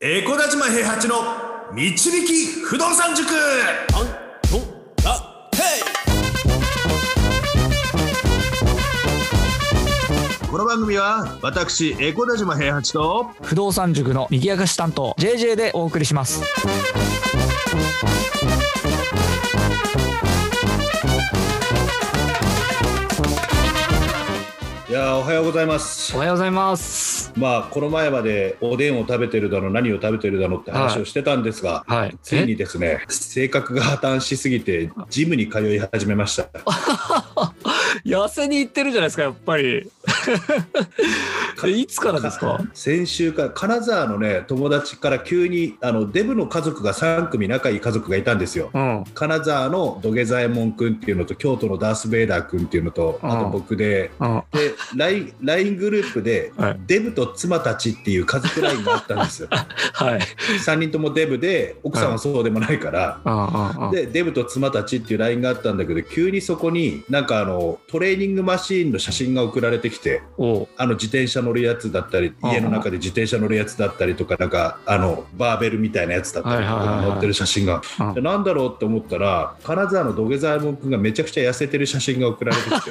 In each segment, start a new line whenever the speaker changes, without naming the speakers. エコダ島平八の導き不動産塾
アントラテ
この番組は私エコダ島平八と
不動産塾の賑やかし担当 JJ でお送りします
いやーおはようございます
おはようございます
まあこの前までおでんを食べてるだの何を食べてるだのって話をしてたんですが、
はい
ついにですね性格が破綻しすぎてジムに通い始めました
痩せに行ってるじゃないですかやっぱ りえいつからですか
先週から金沢のね友達から急にあのデブの家族が3組仲いい家族がいたんですよ
うん
金沢の土下座右衛門君っていうのと京都のダース・ベイダー君っていうのと
うん
あと僕で、
うん
で LINE, LINE グループで、
はい
デブと妻たちっていう家族 LINE があったん ですよ
はい
3人ともデブで奥さんはそうでもないから、
うんうんうん
でデブと妻たちっていう LINE があったんだけど急にそこになんかあのトレーニングマシーンの写真が送られてきて
おう
あの自転車乗るやつだったり
うん
家の中で自転車乗るやつだったりとかなんかあのバーベルみたいなやつだったりと
はいはい
か
はいはい
乗ってる写真が
うん
でなんだろうって思ったら金沢の土下座門くんがめちゃくちゃ痩せてる写真が送られてき て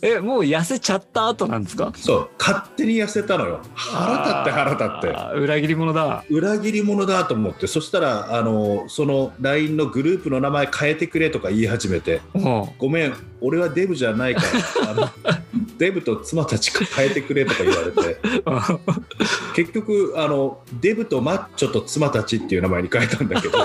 えもう痩せちゃった後なんですか
そう勝手に痩せたのよ腹立って腹立って
あー裏切り者だ
裏切り者だと思ってそしたらあのその LINE のグループの名前変えてくれとか言い始めて
おう
ごめん俺はデブじゃないからあ のデブと妻たち変えてくれとか言われて結局あのデブとマッチョと妻たちっていう名前に変えたんだけ ど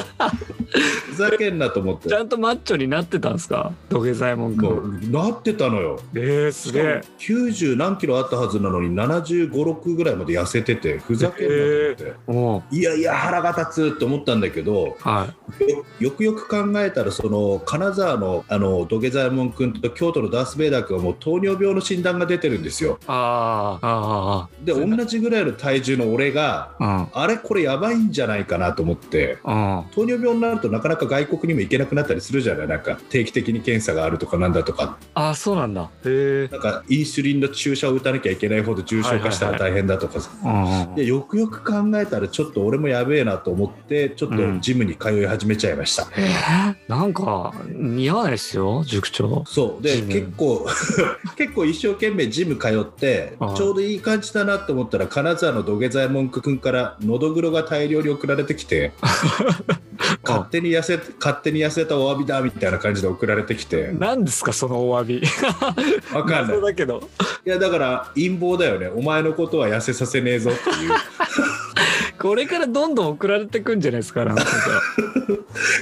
ふざけんなと思って
ちゃんとマッチョになってたんですか土下座門
も
君
うなってたのよ
えー、すげえ
90何キロあったはずなのに7 5 6ぐらいまで痩せててふざけんなと思って、
おう
いやいや腹が立つと思ったんだけど
はい
よよくよく考えたらその金沢のあの土下座門君と京都のダース・ベイダー君はもう糖尿病の診断が出てるんですよ
あーあ
で同じぐらいの体重の俺が
ーあー
あれこれやばいんじゃないかなと思って
うんうん
糖尿病になるとなかなか外国にも行けなくなったりするじゃないなんか定期的に検査があるとかなんだとか
あーそうなんだへえ
なんかインスリンの注射を打たなきゃいけないほど重症化したら大変だとかさ
うん
でよくよく考えたらちょっと俺もやべえなと思ってちょっとジムに通い始めちゃいました、
えー、なんか似合わないですよ塾長
そうで
ジム
結構 結構一生懸命ジム通って
ああ
ちょうどいい感じだなと思ったら金沢の土下座文句君からのどぐろが大量に送られてき て勝手に痩せ勝手に痩せたお詫びだみたいな感じで送られてきて
何ですかそのお詫び
わかんない
謎だけど
いやだから陰謀だよねお前のことは痩せさせねえぞっていう
これからどんどん送られてくんじゃないですかなん か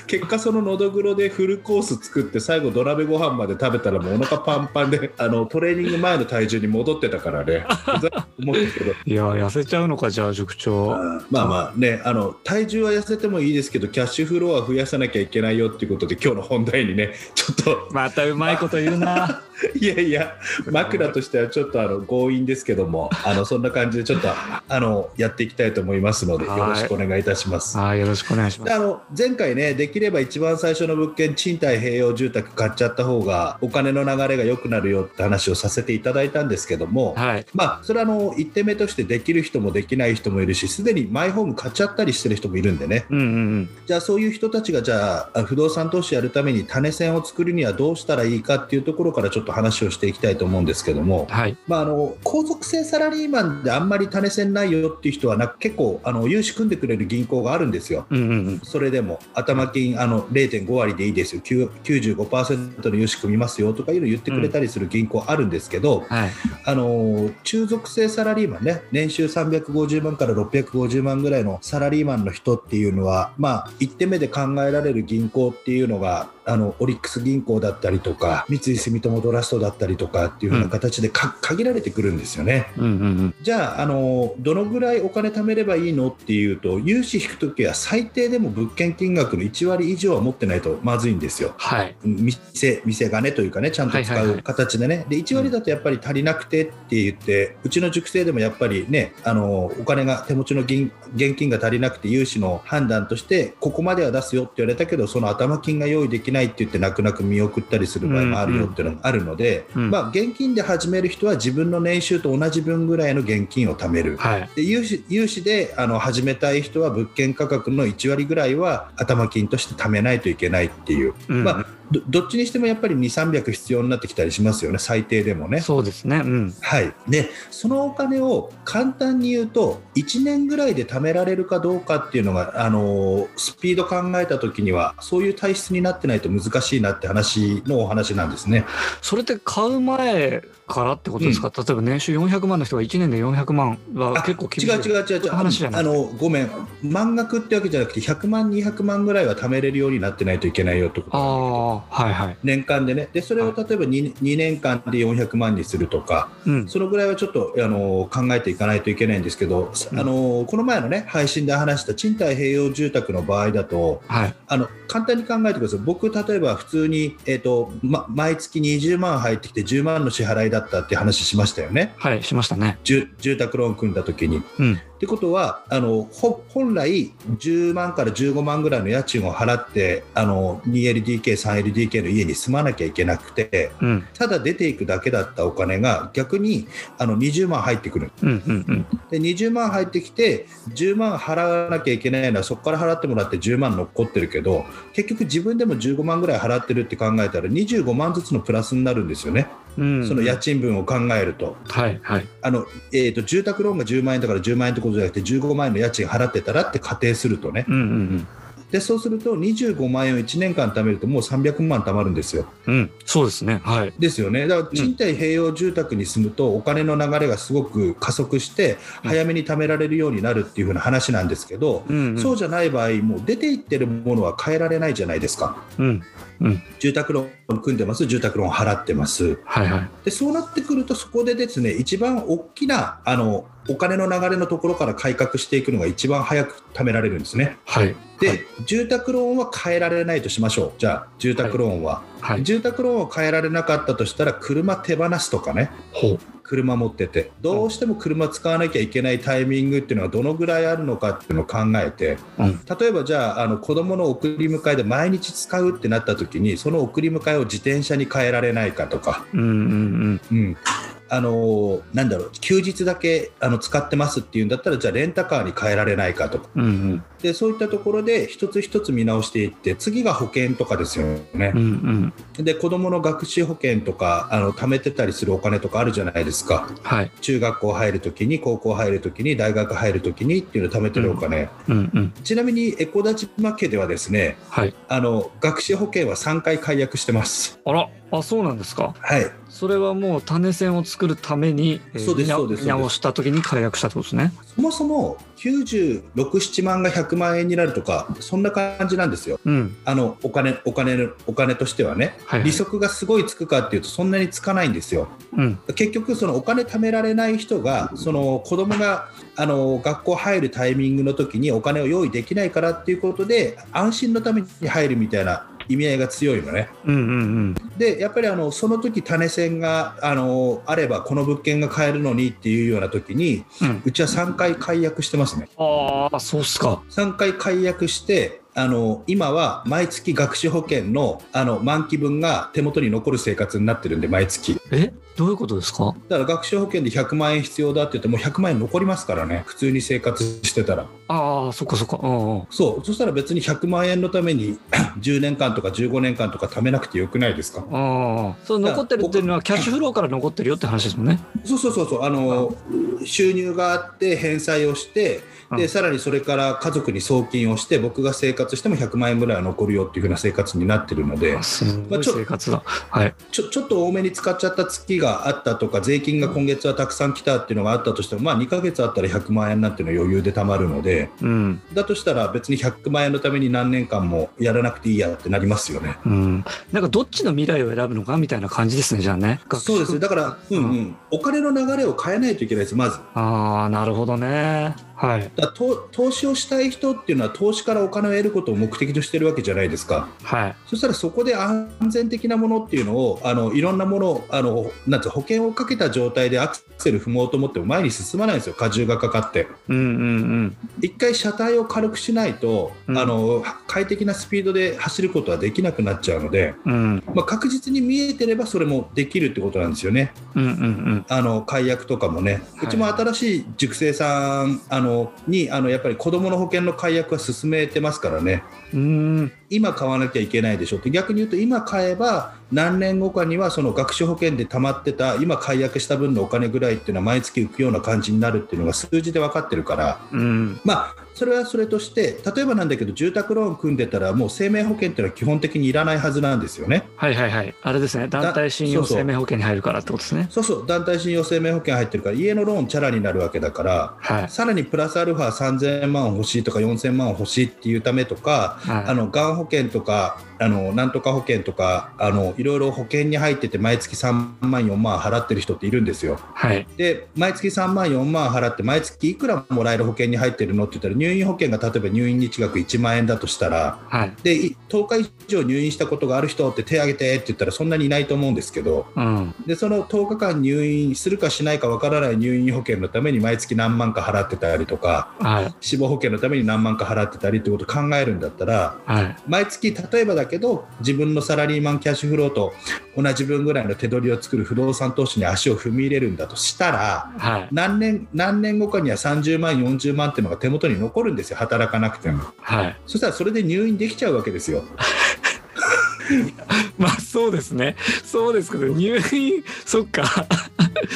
結果そののどぐろでフルコース作って最後土鍋ご飯まで食べたらもうお腹パンパンであのトレーニング前の体重に戻ってたからねふざけ思ったけど
いや痩せちゃうのかじゃあ塾長
まあまあねあの体重は痩せてもいいですけどキャッシュフローは増やさなきゃいけないよっていうことで今日の本題にねちょっと
またうまいこと言う な
いやいや枕としてはちょっとあの強引ですけどもあのそんな感じでちょっとあのやっていきたいと思いますのでよろしくお願いいたします。
あーよろしくお願いしま
であの前回ねできれば一番最初の物件賃貸併用住宅買っちゃった方がお金の流れが良くなるよって話をさせていただいたんですけども、
すはい
まあそれはあの1点目としてできる人もできない人もいるしすでにマイホーム買っちゃったりしてる人もいるんでね
うんうん
じゃあそういう人たちがじゃあ不動産投資やるために種銭を作るにはどうしたらいいかっていうところからちょっと話をしていきたいと思うんですけども
うん。はい
まあ、あの皇族制サラリーマンであんまり種銭ないよっていう人はな結構あの融資組んでくれる銀行があるんですよ。
うんうんうん
それでも頭金あの0.5割でいいですよ、9 95%の融資組みますよとかいうの言ってくれたりする銀行あるんですけど、
はい
あの中属性サラリーマンね、年収350万から650万ぐらいのサラリーマンの人っていうのは、まあ、1点目で考えられる銀行っていうのが、あのオリックス銀行だったりとか、三井住友トラストだったりとかっていうような形でか限られてくるんですよね。
うんうんうん
じゃあ、あのどのぐらいお金貯めればいいのっていうと、融資引くときは最低でも物件金額の1割以上は持ってないとまずいんですよ。
はい
店店金というかねちゃんと使
はいはいうはい
形でね、で1割だとやっぱり足りなくてって言って、うちの塾生でもやっぱりねあのお金が手持ちの銀現金が足りなくて融資の判断としてここまでは出すよって言われたけどその頭金が用意できないって言って泣く泣く見送ったりする場合もあるよっていうのがあるので、で、
うん
まあ、現金で始める人は自分の年収と同じ分ぐらいの現金を貯める。
はい。
で融資融資であの始めたい人は物件価格の1割ぐらいは頭金として貯めないといけないっていう、
うん
まあどどっちにしてもやっぱり2300必要になってきたりしますよね最低でもね。
そうですね。うん。
はい、でそのお金を簡単に言うと1年ぐらいで貯められるかどうかっていうのが、あのースピード考えた時にはそういう体質になってないと難しいなって話のお話なんですね。
それって買う前からってことですか、例えば年収400万の人が1年で400万は
あ
結構厳しい。
違う違う違う違う
話じゃない
あのごめん満額ってわけじゃなくて100万200万ぐらいは貯めれるようになってないといけないよってこと
ああ、はいはい。
年間でねでそれを例えば 2, 2年間で400万にするとか
うん。
そのぐらいはちょっとあの考えていかないといけないんですけど、さ
うん
あのこの前のね配信で話した賃貸併用住宅の場合だと
はい。
あの簡単に考えてください僕例えば普通に、えーとま、毎月20万入ってきて10万の支払いだったって話しましたよね
はい、しましたね。
住住宅ローン組んだ時に。っ
うん。
てことはあのほ本来10万から15万ぐらいの家賃を払ってあの 2LDK3LDK の家に住まなきゃいけなくて。
うん。
ただ出ていくだけだったお金が逆にあの20万入ってくる
うん。うん。うん。
で20万入ってきて10万払わなきゃいけないのはそこから払ってもらって10万残ってるけど結局自分でも15万ぐらい払ってるって考えたら25万ずつのプラスになるんですよね、
うん。
その家賃分を考えると
はい。はい。
あの、えー、と住宅ローンが10万円だから10万円ってことじゃなくて15万円の家賃払ってたらって仮定するとね
うん。うん。
でそうすると25万円を1年間貯めるともう300万貯まるんですよ
うん。うん。そうですね。はい。
ですよねだから賃貸併用住宅に住むとお金の流れがすごく加速して
うん
早めに貯められるようになるっていう風な話なんですけど、
うん、うん。
そうじゃない場合、もう出ていってるものは変えられないじゃないですか。
うん。うん。
住宅ローン組んでます、住宅ローン払ってます。
はい。はい。
で、そうなってくると、そこでですね、一番大きな、あの、お金の流れのところから改革していくのが一番早く貯められるんですね。
はい。
で、住宅ローンは変えられないとしましょう。じゃあ、住宅ローンは。
はい。はい。
住宅ローンを変えられなかったとしたら、車手放すとかね。
ほう。
車持っててどうしても車使わなきゃいけないタイミングっていうのはどのぐらいあるのかっていうのを考えて、
うん
例えばじゃああの子供の送り迎えで毎日使うってなった時にその送り迎えを自転車に変えられないかとか、
うん。うん。
うん、あのーなんだろう休日だけあの使ってますっていうんだったらじゃあレンタカーに変えられないかとか
うん。うん。
でそういったところで一つ一つ見直していって次が保険とかですよね
うん。う、ん。
で子供の学資保険とかあの貯めてたりするお金とかあるじゃないですか。
はい。
中学校入るときに高校入るときに大学入るときにっていうのを貯めてるお金、
うん。うん。
ちなみにエコ立島家ではですね
はい。
あの学資保険は3回解約してます
あら。あ、そうなんですか。
はい
それはもう種銭を作るために、えー
そうです
見直
そうですそうです
見直した時に解約したってことですね。
そもそも967万が100万円になるとかそんな感じなんですよ
うん。
あのお金お金のお金としてはね
はい、はい。
利息がすごいつくかっていうとそんなにつかないんですよ
うん。
結局そのお金貯められない人がその子供があの学校入るタイミングの時にお金を用意できないからっていうことで安心のために入るみたいな意味合いが強いのね
うんうんうん。
でやっぱりあのその時種銭があのあればこの物件が買えるのにっていうような時に
うん、
うちは3回解約してますね
ああ、そうっすか。
3回解約してあの今は毎月学資保険のあの満期分が手元に残る生活になってるんで毎月
え、どういうことですか。
だから学習保険で100万円必要だって言ってもう100万円残りますからね普通に生活してたら
ああ、そっかそっか。うんうん。
そうそしたら別に100万円のために 10年間とか15年間とか貯めなくてよくないですか
ああ、そう残ってるっていうのはキャッシュフローから残ってるよって話ですもんね。
そうそうそうそうあの収入があって返済をして
う
で
ん
さらにそれから家族に送金をして僕が生活しても100万円ぐらいは残るよっていうふうな生活になってるので
あす
ま
ご
あ
い
ちょ
生活だ。はい。
ちょちょっと多めに使っちゃった月があったとか税金が今月はたくさん来たっていうのがあったとしてもまあ2ヶ月あったら100万円なんていうのは余裕で貯まるので。
うん。
だとしたら別に100万円のために何年間もやらなくていいやってなりますよね。
うん。なんかどっちの未来を選ぶのかみたいな感じですね。じゃあね。学
そうですね。だから、うんうん、お金の流れを変えないといけないです、まず。
ああ、なるほどね。はい。
だから投投資をしたい人っていうのは投資からお金を得ることを目的としてるわけじゃないですか。
はい。
そしたらそこで安全的なものっていうのをあのいろんなものをあのなんていうの保険をかけた状態でアクセル踏もうと思っても前に進まないんですよ荷重がかかって
うんうん
一回車体を軽くしないと、
うん
あの快適なスピードで走ることはできなくなっちゃうので、
うん。うん。
まあ、確実に見えてればそれもできるってことなんですよね
うんうんうん。
あの解約とかもね、
はいう
ちも新しい塾生さんあのにあのやっぱり子どもの保険の解約は進めてますからね
うーん。
今買わなきゃいけないでしょって逆に言うと今買えば何年後かにはその学資保険で貯まってた今解約した分のお金ぐらいっていうのは毎月浮くような感じになるっていうのが数字で分かってるから
うん。
まあそれはそれとして例えばなんだけど住宅ローン組んでたらもう生命保険っていうのは基本的にいらないはずなんですよね。
はいはいはい。あれですね。団体信用生命保険に入るからってことですね。
そうそう団体信用生命保険入ってるから家のローンチャラになるわけだから
はい。
さらにプラスアルファ3000万欲しいとか4000万欲しいっていうためとか
はい、
あのがん保険とかあのなんとか保険とかあのいろいろ保険に入ってて毎月3万4万払ってる人っているんですよ
はい。
で毎月3万4万払って毎月いくらもらえる保険に入ってるのって言ったら入院保険が例えば入院日額1万円だとしたら
はい。
でい10日以上入院したことがある人って手挙げてって言ったらそんなにいないと思うんですけど
うん。
でその10日間入院するかしないかわからない入院保険のために毎月何万か払ってたりとか
はい。
死亡保険のために何万か払ってたりってことを考えるんだったら
はい。
毎月例えばだけど自分のサラリーマンキャッシュフローと同じ分ぐらいの手取りを作る不動産投資に足を踏み入れるんだとしたら
はい。
何年何年後かには30万40万っていうのが手元に残るんですよ働かなくても
はい。
そしたらそれで入院できちゃうわけですよ
まあそうですね。そうですけど、入院、そっか。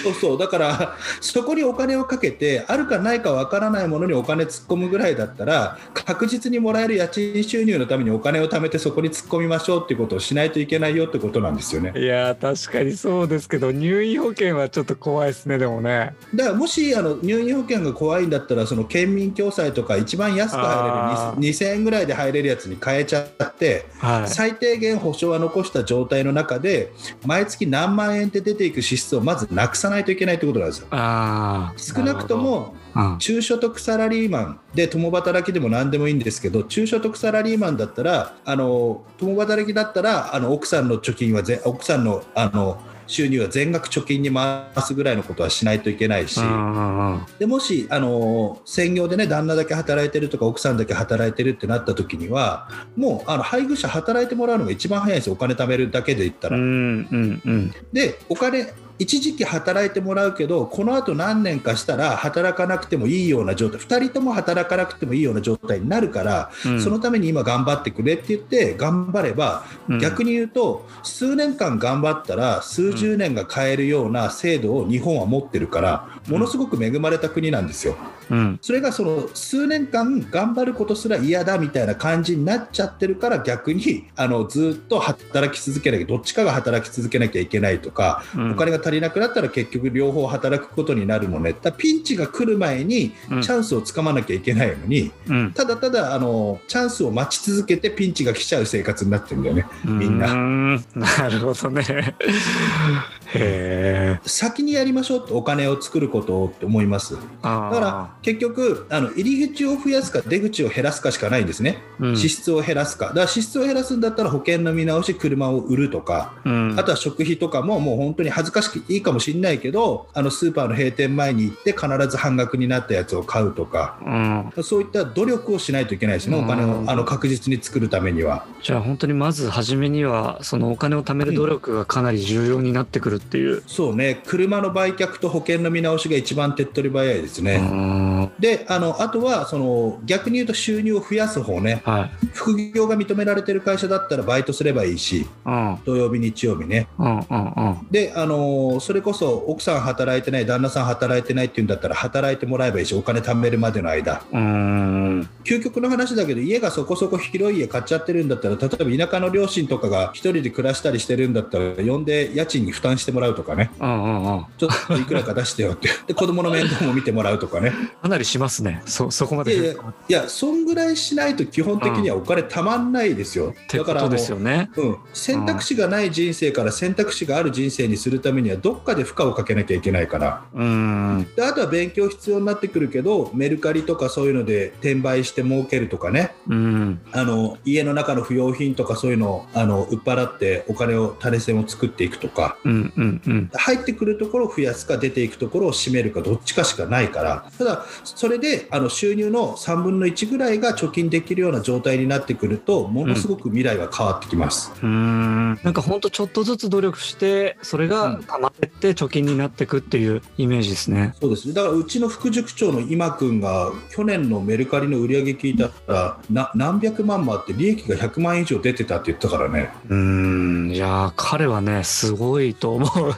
そうそうだからそこにお金をかけてあるかないかわからないものにお金突っ込むぐらいだったら確実にもらえる家賃収入のためにお金を貯めてそこに突っ込みましょうっていうことをしないといけないよってことなんですよね
いやー、確かにそうですけど、入院保険はちょっと怖いですね、でもね。
だからもしあの入院保険が怖いんだったらその県民共済とか一番安く
あ
入れ
ー
るに2000円ぐらいで入れるやつに変えちゃって
はい。
最低限保証は残した状態の中で毎月何万円って出ていく支出をまずなくさないといけないってことなんですよ。
ああ。
少なくとも
なるほど、うん
中所得サラリーマンで共働きでも何でもいいんですけど中所得サラリーマンだったらあの共働きだったらあの奥さんの貯金はぜ奥さんのあの収入は全額貯金に回すぐらいのことはしないといけないし。
うんうんうん
でもし、あの専業でね旦那だけ働いてるとか奥さんだけ働いてるってなった時にはもうあの配偶者働いてもらうのが一番早いんですよお金貯めるだけで言った
う
ら。
んうんうん
でお金一時期働いてもらうけどこのあと何年かしたら働かなくてもいいような状態2人とも働かなくてもいいような状態になるから、
うん
そのために今頑張ってくれって言って頑張れば
うん
逆に言うと数年間頑張ったら数十年が変えるような制度を日本は持ってるから
うん
ものすごく恵まれた国なんですよ。
うん
それがその数年間頑張ることすら嫌だみたいな感じになっちゃってるから逆にあのずっと働き続けなきゃどっちかが働き続けなきゃいけないとか
うん
お金が足りなくなったら結局両方働くことになるのねだからピンチが来る前に
うん
チャンスをつかまなきゃいけないのに
うん
ただただあのチャンスを待ち続けてピンチが来ちゃう生活になってるんだよね。みんな
うーなるほどねへえ
先にやりましょうってお金を作ることをって思いますだ
ああ
から結局あの入り口を増やすか出口を減らすかしかないんですね
うん
支出を減らすか、だから支出を減らすんだったら保険の見直し、車を売るとか、
うん
あとは食費とかも、もう本当に恥ずかしくいいかもしれないけど、あのスーパーの閉店前に行って、必ず半額になったやつを買うとか、
うん
そういった努力をしないといけないですね、
う
お
ん
金をあの確実に作るためには。
じゃあ本当にまず初めにはそのお金を貯める努力がかなり重要になってくるっていう、
そうね、車の売却と保険の見直しが一番手っ取り早いです
う
ね。
んは
であのあとはその逆に言うと収入を増やす方ね
い
副業が認められてる会社だったらバイトすればいいし
うん
土曜日日曜日ね
うんうんうん
で、あのーそれこそ奥さん働いてない旦那さん働いてないっていうんだったら働いてもらえばいいしお金貯めるまでの間
うーん
究極の話だけど家がそこそこ広い家買っちゃってるんだったら例えば田舎の両親とかが1人で暮らしたりしてるんだったら呼んで家賃に負担してもらうとか ね
うんうんうん。
ちょっといくらか出してよってで子供の面倒も見てもらうとか ね
かなりしますね。そ、そこま
いやいや
で
い。やそんぐらいしないと基本的にはお金たまんないですよ、
ってこ
あ
と
の
ですよね。
うん、選択肢がない人生から選択肢がある人生にするためにはどっかで負荷をかけなきゃいけないから
うん。
であとは勉強必要になってくるけどメルカリとかそういうので転売して儲けるとかね
うん。
あの家の中の不用品とかそういうのをあの売っ払ってお金を垂れ線を作っていくとか
うんうんうん。
入ってくるところを増やすか出ていくところを締めるかどっちかしかないからただそれであの収入の3分の1ぐらいが貯金できるような状態になってくるとものすごく未来は変わってきます。
うんなんかほんとちょっとずつ努力してそれが溜まってって貯金になってくっていうイメージですね。
そうですね、だからうちの副塾長の今君が去年のメルカリの売り上げ聞いたらな何百万もあって利益が100万円以上出てたって言ったからね
うんいやー彼はねすごいと思う。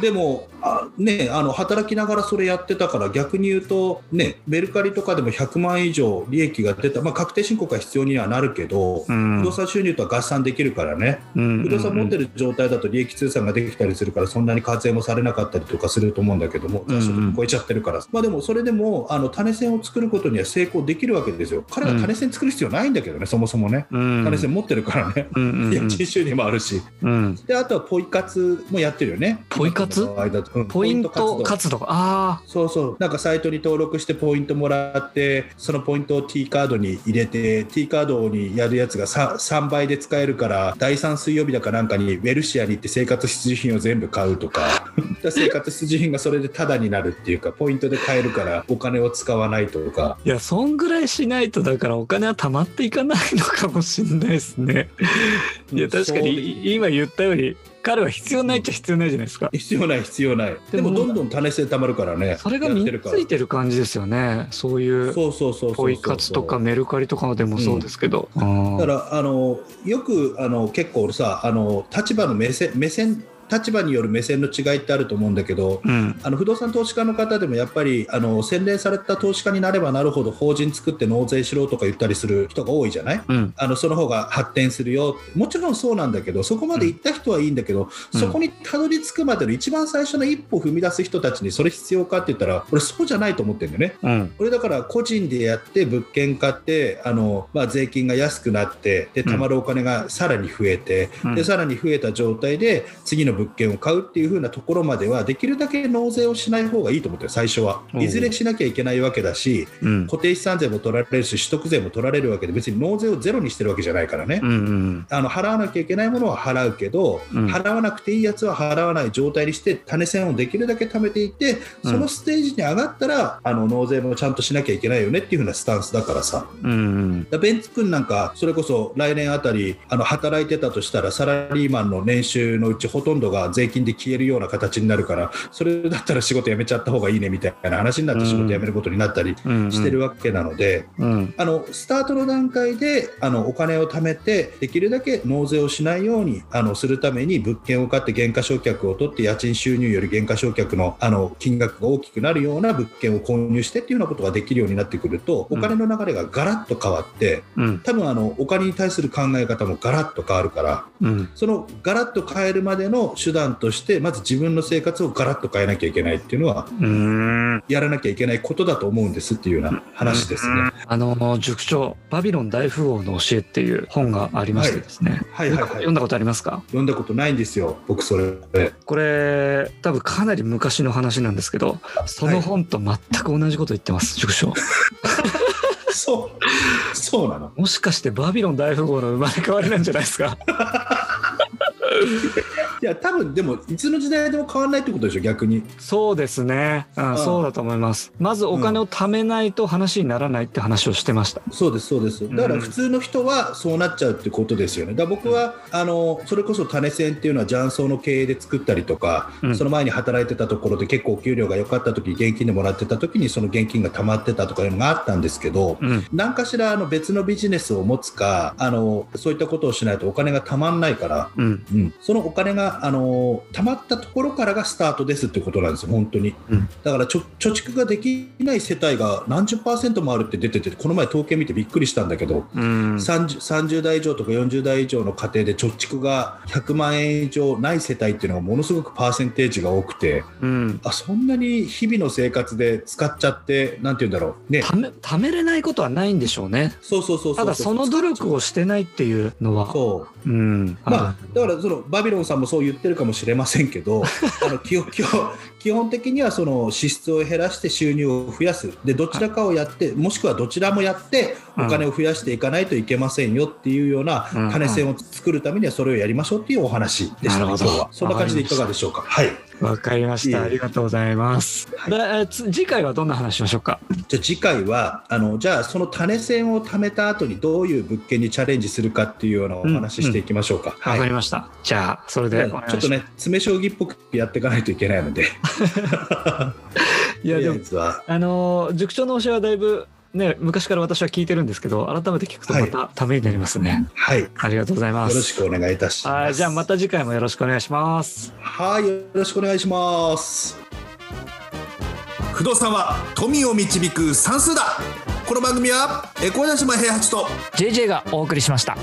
でもあ、ね、あの働きながらそれやってたから逆に言うと、ね、メルカリとかでも100万円以上利益が出た、まあ、確定申告は必要にはなるけど、
うん
不動産収入とは合算できるからね不動産持って
る
る状態だと利益通算ができたりするからそんなに課税もされなかったりとかすると思うんだけども
うんうん
所得超えちゃってるから、まあでもそれでもあの種銭を作ることには成功できるわけですよ彼は種銭作る必要ないんだけどね、そもそもね
うん
種銭持ってるからね、
うんうんう
家
ん
賃収入もあるし
うん
であとはポイ活もやってるよね
ポイ活
今の間とうん
ポイント
ポ
活動あ
そうそうなんかサイトに登録してポイントもらってそのポイントを T カードに入れて T カードにやるやつが 3, 3倍で使えるから第3水曜日だかなんかにウェルシアに行って生活必需品を全部買うと かで生活必需品がそれでタダになるっていうかポイントで買えるからお金を使わないとか
ーいやそんぐらいしないとだからお金は貯まっていかないのかもしれないですね。 いや確かに今言ったように彼は必要ないっちゃ必要ないじゃないですか。
必要ない必要ない
で
で
も
もどんどん種銭貯まるからね
それが
やっ
身
て
に
る
つ
から
いてる感じですよねそういう
そうそうそうそうそう
ポイ活とかメルカリとかでもそうですけど。あ
だか
ー
らあのよくあの結構さあの立場の目線目線立場による目線の違いってあると思うんだけど
うん
あの不動産投資家の方でもやっぱりあの洗練された投資家になればなるほど法人作って納税しろとか言ったりする人が多いじゃない
うん
あのその方が発展するよってもちろんそうなんだけどそこまで行った人はいいんだけど、
うん
そこにたどり着くまでの一番最初の一歩を踏み出す人たちにそれ必要かって言ったら俺そうじゃないと思ってるんだよね。
うん
これだから個人でやって物件買ってあの、まあ、税金が安くなってで
うん
貯まるお金がさらに増えて、
うん
でさらに増えた状態で次の物件を買うっていう風なところまではできるだけ納税をしない方がいいと思ってる最初は
うん
いずれしなきゃいけないわけだし
うん
固定資産税も取られるし取得税も取られるわけで別に納税をゼロにしてるわけじゃないからね。
うんうん
あの払わなきゃいけないものは払うけど、
うん
払わなくていいやつは払わない状態にして種銭をできるだけ貯めていって
うん
そのステージに上がったら、あの納税もちゃんとしなきゃいけないよねっていう風なスタンスだからさ
うん
だベンツ君なんかそれこそ来年あたりあの働いてたとしたらサラリーマンの年収のうちほとんどが税金で消えるような形になるからそれだったら仕事辞めちゃった方がいいねみたいな話になって仕事辞めることになったり
うん
してるわけなので。
うん
あのスタートの段階であのお金を貯めてできるだけ納税をしないようにあのするために物件を買って減価償却を取って家賃収入より減価償却のあの金額が大きくなるような物件を購入してっていうようなことができるようになってくるとお金の流れがガラッと変わって
うん
多分あのお金に対する考え方もガラッと変わるから
うん
そのガラッと変えるまでの手段としてまず自分の生活をガラッと変えなきゃいけないっていうのは
うん
やらなきゃいけないことだと思うんですっていうような話ですね。
あの塾長「バビロン大富豪の教え」っていう本がありましてですね、
はいはいはい
読んだことありますか
読んだことないんですよ、僕それ。
これ多分かなり昔の話なんですけどその本と全く同じこと言ってます、塾長
そう、そうなの。
もしかしてバビロン大富豪の生まれ変わりなんじゃないです か
いや、多分でも、いつの時代でも変わらないってことでしょ、逆に。
そうですね、うん
うん
そうだと思いますまずお金を貯めないと話にならないって話をしてました
そうです、そうです。だか
う
ら
ん
普通の人はそうなっちゃうってことですよね。だから僕は、あの、それこそ種銭っていうのは雀荘の経営で作ったりとか、
うん
その前に働いてたところで結構お給料が良かった時、現金でもらってた時にその現金が溜まってたとかいうのがあったんですけど、
うん
何かしらあの別のビジネスを持つかあのそういったことをしないとお金がたまんないから
うん
うん、そのお金がが、あのー、溜まったところからがスタートですってことなんですよ、本当に。
うん
だからちょ、貯蓄ができない世帯が何十パーセントもあるって出てて、この前統計見てびっくりしたんだけど、
うん。
30, 30代以上とか40代以上の家庭で貯蓄が100万円以上ない世帯っていうのがものすごくパーセンテージが多くて
うん。
あそんなに日々の生活で使っちゃってなんて言うんだろうね
ため、ためれないことはないんでしょうね。
そうそうそうそう
ただその努力をしてないっていうのは、
そう
うん。
まあ、だからそのバビロンさんもそう言ってるかもしれませんけ どあの基本基本基本的にはその支出を減らして収入を増やすでどちらかをやってもしくはどちらもやってお金を増やしていかないといけませんよっていうような
うん
金銭を作るためにはそれをやりましょうっていうお話でした、
なるほど
今日はそんな感じでいかがでしょうか。はい、
わかりま
いえ
し
いえ
た。ありがとうございます。
はい
でえつ次回はどんな話しましょうか。
じゃあ次回はあのじゃあその種銭を貯めた後にどういう物件にチャレンジするかっていうようなお話ししていきましょうか。
わ
は
か
い
りました。じゃあ、それでお願いします。
ちょっとね詰将棋っぽくやっていかないといけないので。とりあ
いや、でも
え、ずは
あのー、塾長の教えはだいぶ、ね、昔から私は聞いてるんですけど、改めて聞くと
はい
またためになりますね。
はい、よ
ありがとうございま
ろ
す。
しくお願いいたします。
はい、じゃあまた次回もよろしくお願いします。
はい、よろしくお願いします。
不動産は富を導く算数だこの番組はえ小出島平八と
JJ がお送りしました。